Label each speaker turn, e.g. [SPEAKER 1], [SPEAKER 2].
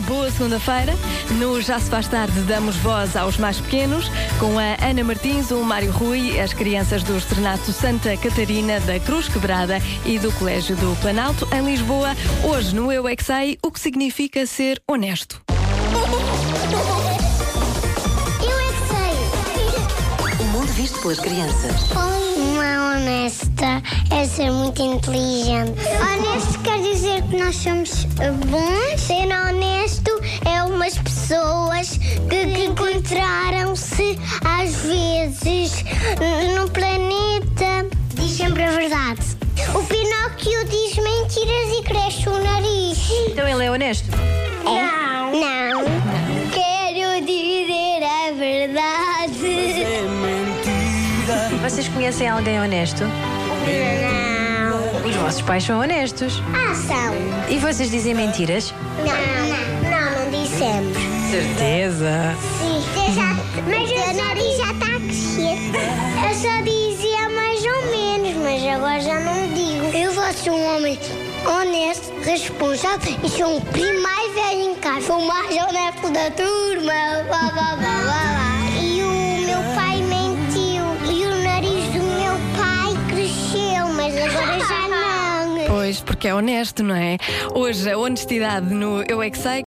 [SPEAKER 1] boa segunda-feira. No Já se faz tarde damos voz aos mais pequenos, com a Ana Martins, o Mário Rui, as crianças do Estrenato Santa Catarina da Cruz Quebrada e do Colégio do Planalto em Lisboa. Hoje no Eu é que Sei, o que significa ser honesto.
[SPEAKER 2] Eu é que
[SPEAKER 3] O
[SPEAKER 2] sei.
[SPEAKER 3] mundo visto pelas crianças.
[SPEAKER 2] Uma honesta é ser muito inteligente. Honesto quer dizer que nós somos bons. Ser honesto é umas pessoas que, que encontraram-se às vezes n- no planeta. Diz sempre a verdade. O Pinóquio diz mentiras e cresce o nariz.
[SPEAKER 1] Então ele é honesto?
[SPEAKER 2] Não. Não. Quero dizer a verdade.
[SPEAKER 4] Vocês conhecem alguém honesto?
[SPEAKER 2] Não.
[SPEAKER 4] Os vossos pais são honestos.
[SPEAKER 2] Ah, são.
[SPEAKER 4] E vocês dizem mentiras?
[SPEAKER 2] Não, não, não dissemos.
[SPEAKER 4] Certeza.
[SPEAKER 2] Sim. mas o teu nariz já está a crescer. Eu só dizia mais ou menos, mas agora já não digo. Eu vou ser um homem honesto, responsável e sou o primo mais velho em casa. Sou o mais honesto da turma. Blá, blá, blá, blá, blá. E o meu pai mentiu. E o nariz do meu pai cresceu, mas agora já não.
[SPEAKER 1] Pois, porque é honesto, não é? Hoje a honestidade no Eu é que Sei